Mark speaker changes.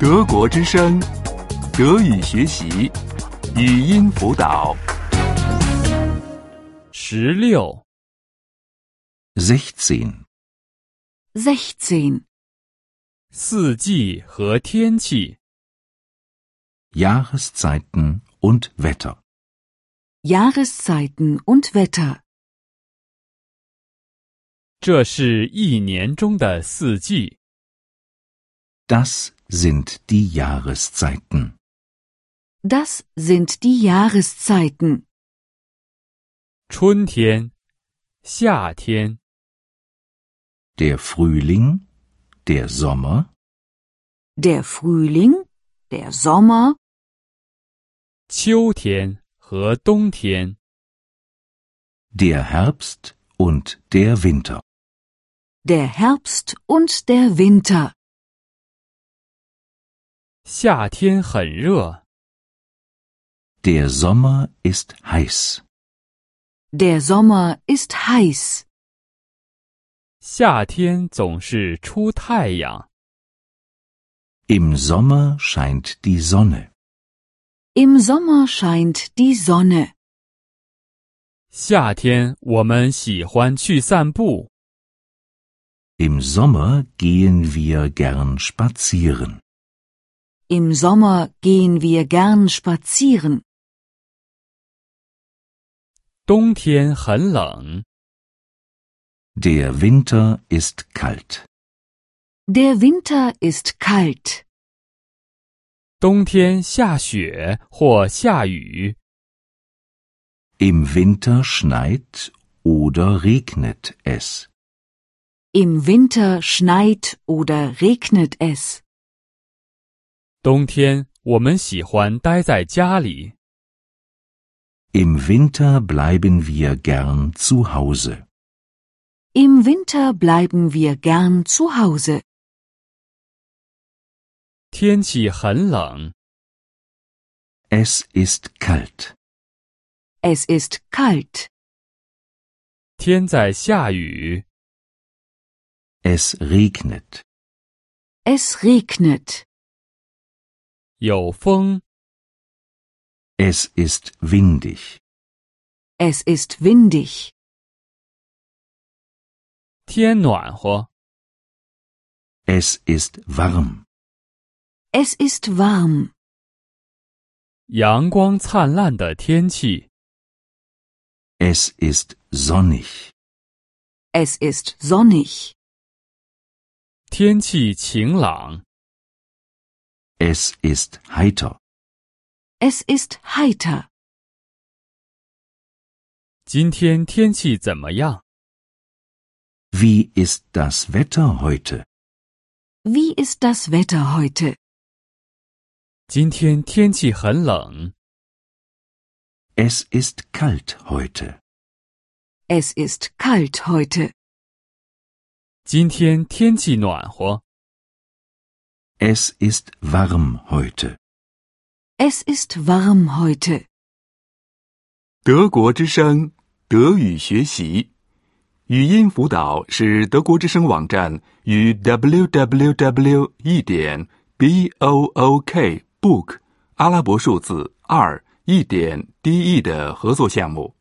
Speaker 1: 德国之声，德语学习，语音辅导。
Speaker 2: 十六，
Speaker 3: 16.
Speaker 4: 16.
Speaker 2: 四季和天气。
Speaker 3: Jahreszeiten und Wetter.
Speaker 4: Jahreszeiten und Wetter.
Speaker 2: 这是一年中的四季。
Speaker 3: Das sind die Jahreszeiten.
Speaker 4: Das sind die Jahreszeiten.
Speaker 2: 春天、夏天、
Speaker 3: Der Frühling, der Sommer,
Speaker 4: Der Frühling, der Sommer,
Speaker 2: 秋天和冬天。
Speaker 3: der Herbst und der Winter.
Speaker 4: der Herbst und der Winter.
Speaker 2: 夏天很热，
Speaker 3: Der Sommer ist heiß.
Speaker 4: Der Sommer ist heiß.
Speaker 2: 夏天总是出太阳。
Speaker 3: Im Sommer scheint die Sonne.
Speaker 4: Im Sommer scheint die Sonne.
Speaker 2: 夏天我们喜欢去散步。
Speaker 3: Im Sommer gehen wir gern spazieren.
Speaker 4: Im Sommer gehen wir gern spazieren.
Speaker 2: 冬天很冷，
Speaker 3: Der Winter ist kalt.
Speaker 4: Der Winter ist kalt.
Speaker 2: 冬天下雪或下雨。
Speaker 3: Im Winter schneit oder regnet es.
Speaker 4: Im Winter schneit oder regnet es.
Speaker 2: 冬天我们喜欢待在家里。
Speaker 3: Im Winter bleiben wir gern zu Hause.
Speaker 4: Im Winter bleiben wir gern zu Hause.
Speaker 2: 天气很冷，
Speaker 3: Es ist kalt.
Speaker 4: Es ist kalt.
Speaker 2: 天在下雨。
Speaker 3: Es regnet.
Speaker 4: Es regnet.
Speaker 2: 有风，
Speaker 3: Es ist windig.
Speaker 4: Es ist windig.
Speaker 2: 天暖和。
Speaker 3: Es ist warm.
Speaker 4: Es ist warm.
Speaker 2: 阳光灿烂的天气，
Speaker 3: Es ist sonnig.
Speaker 4: Es ist sonnig.
Speaker 2: 天气晴朗。
Speaker 3: Es ist heiter.
Speaker 4: Es ist heiter.
Speaker 2: 今天天气怎么样？
Speaker 3: Wie ist das Wetter heute?
Speaker 4: Wie ist das Wetter heute?
Speaker 2: 今天天气很冷。
Speaker 3: Es ist kalt heute.
Speaker 4: Es ist kalt heute.
Speaker 2: 今天天气暖和。
Speaker 3: Es ist warm heute.
Speaker 4: Es ist warm heute.
Speaker 1: 德国之声，德语学习，语音辅导是德国之声网站与 www. 一点 b o o k book 阿拉伯数字二一点 d e 的合作项目。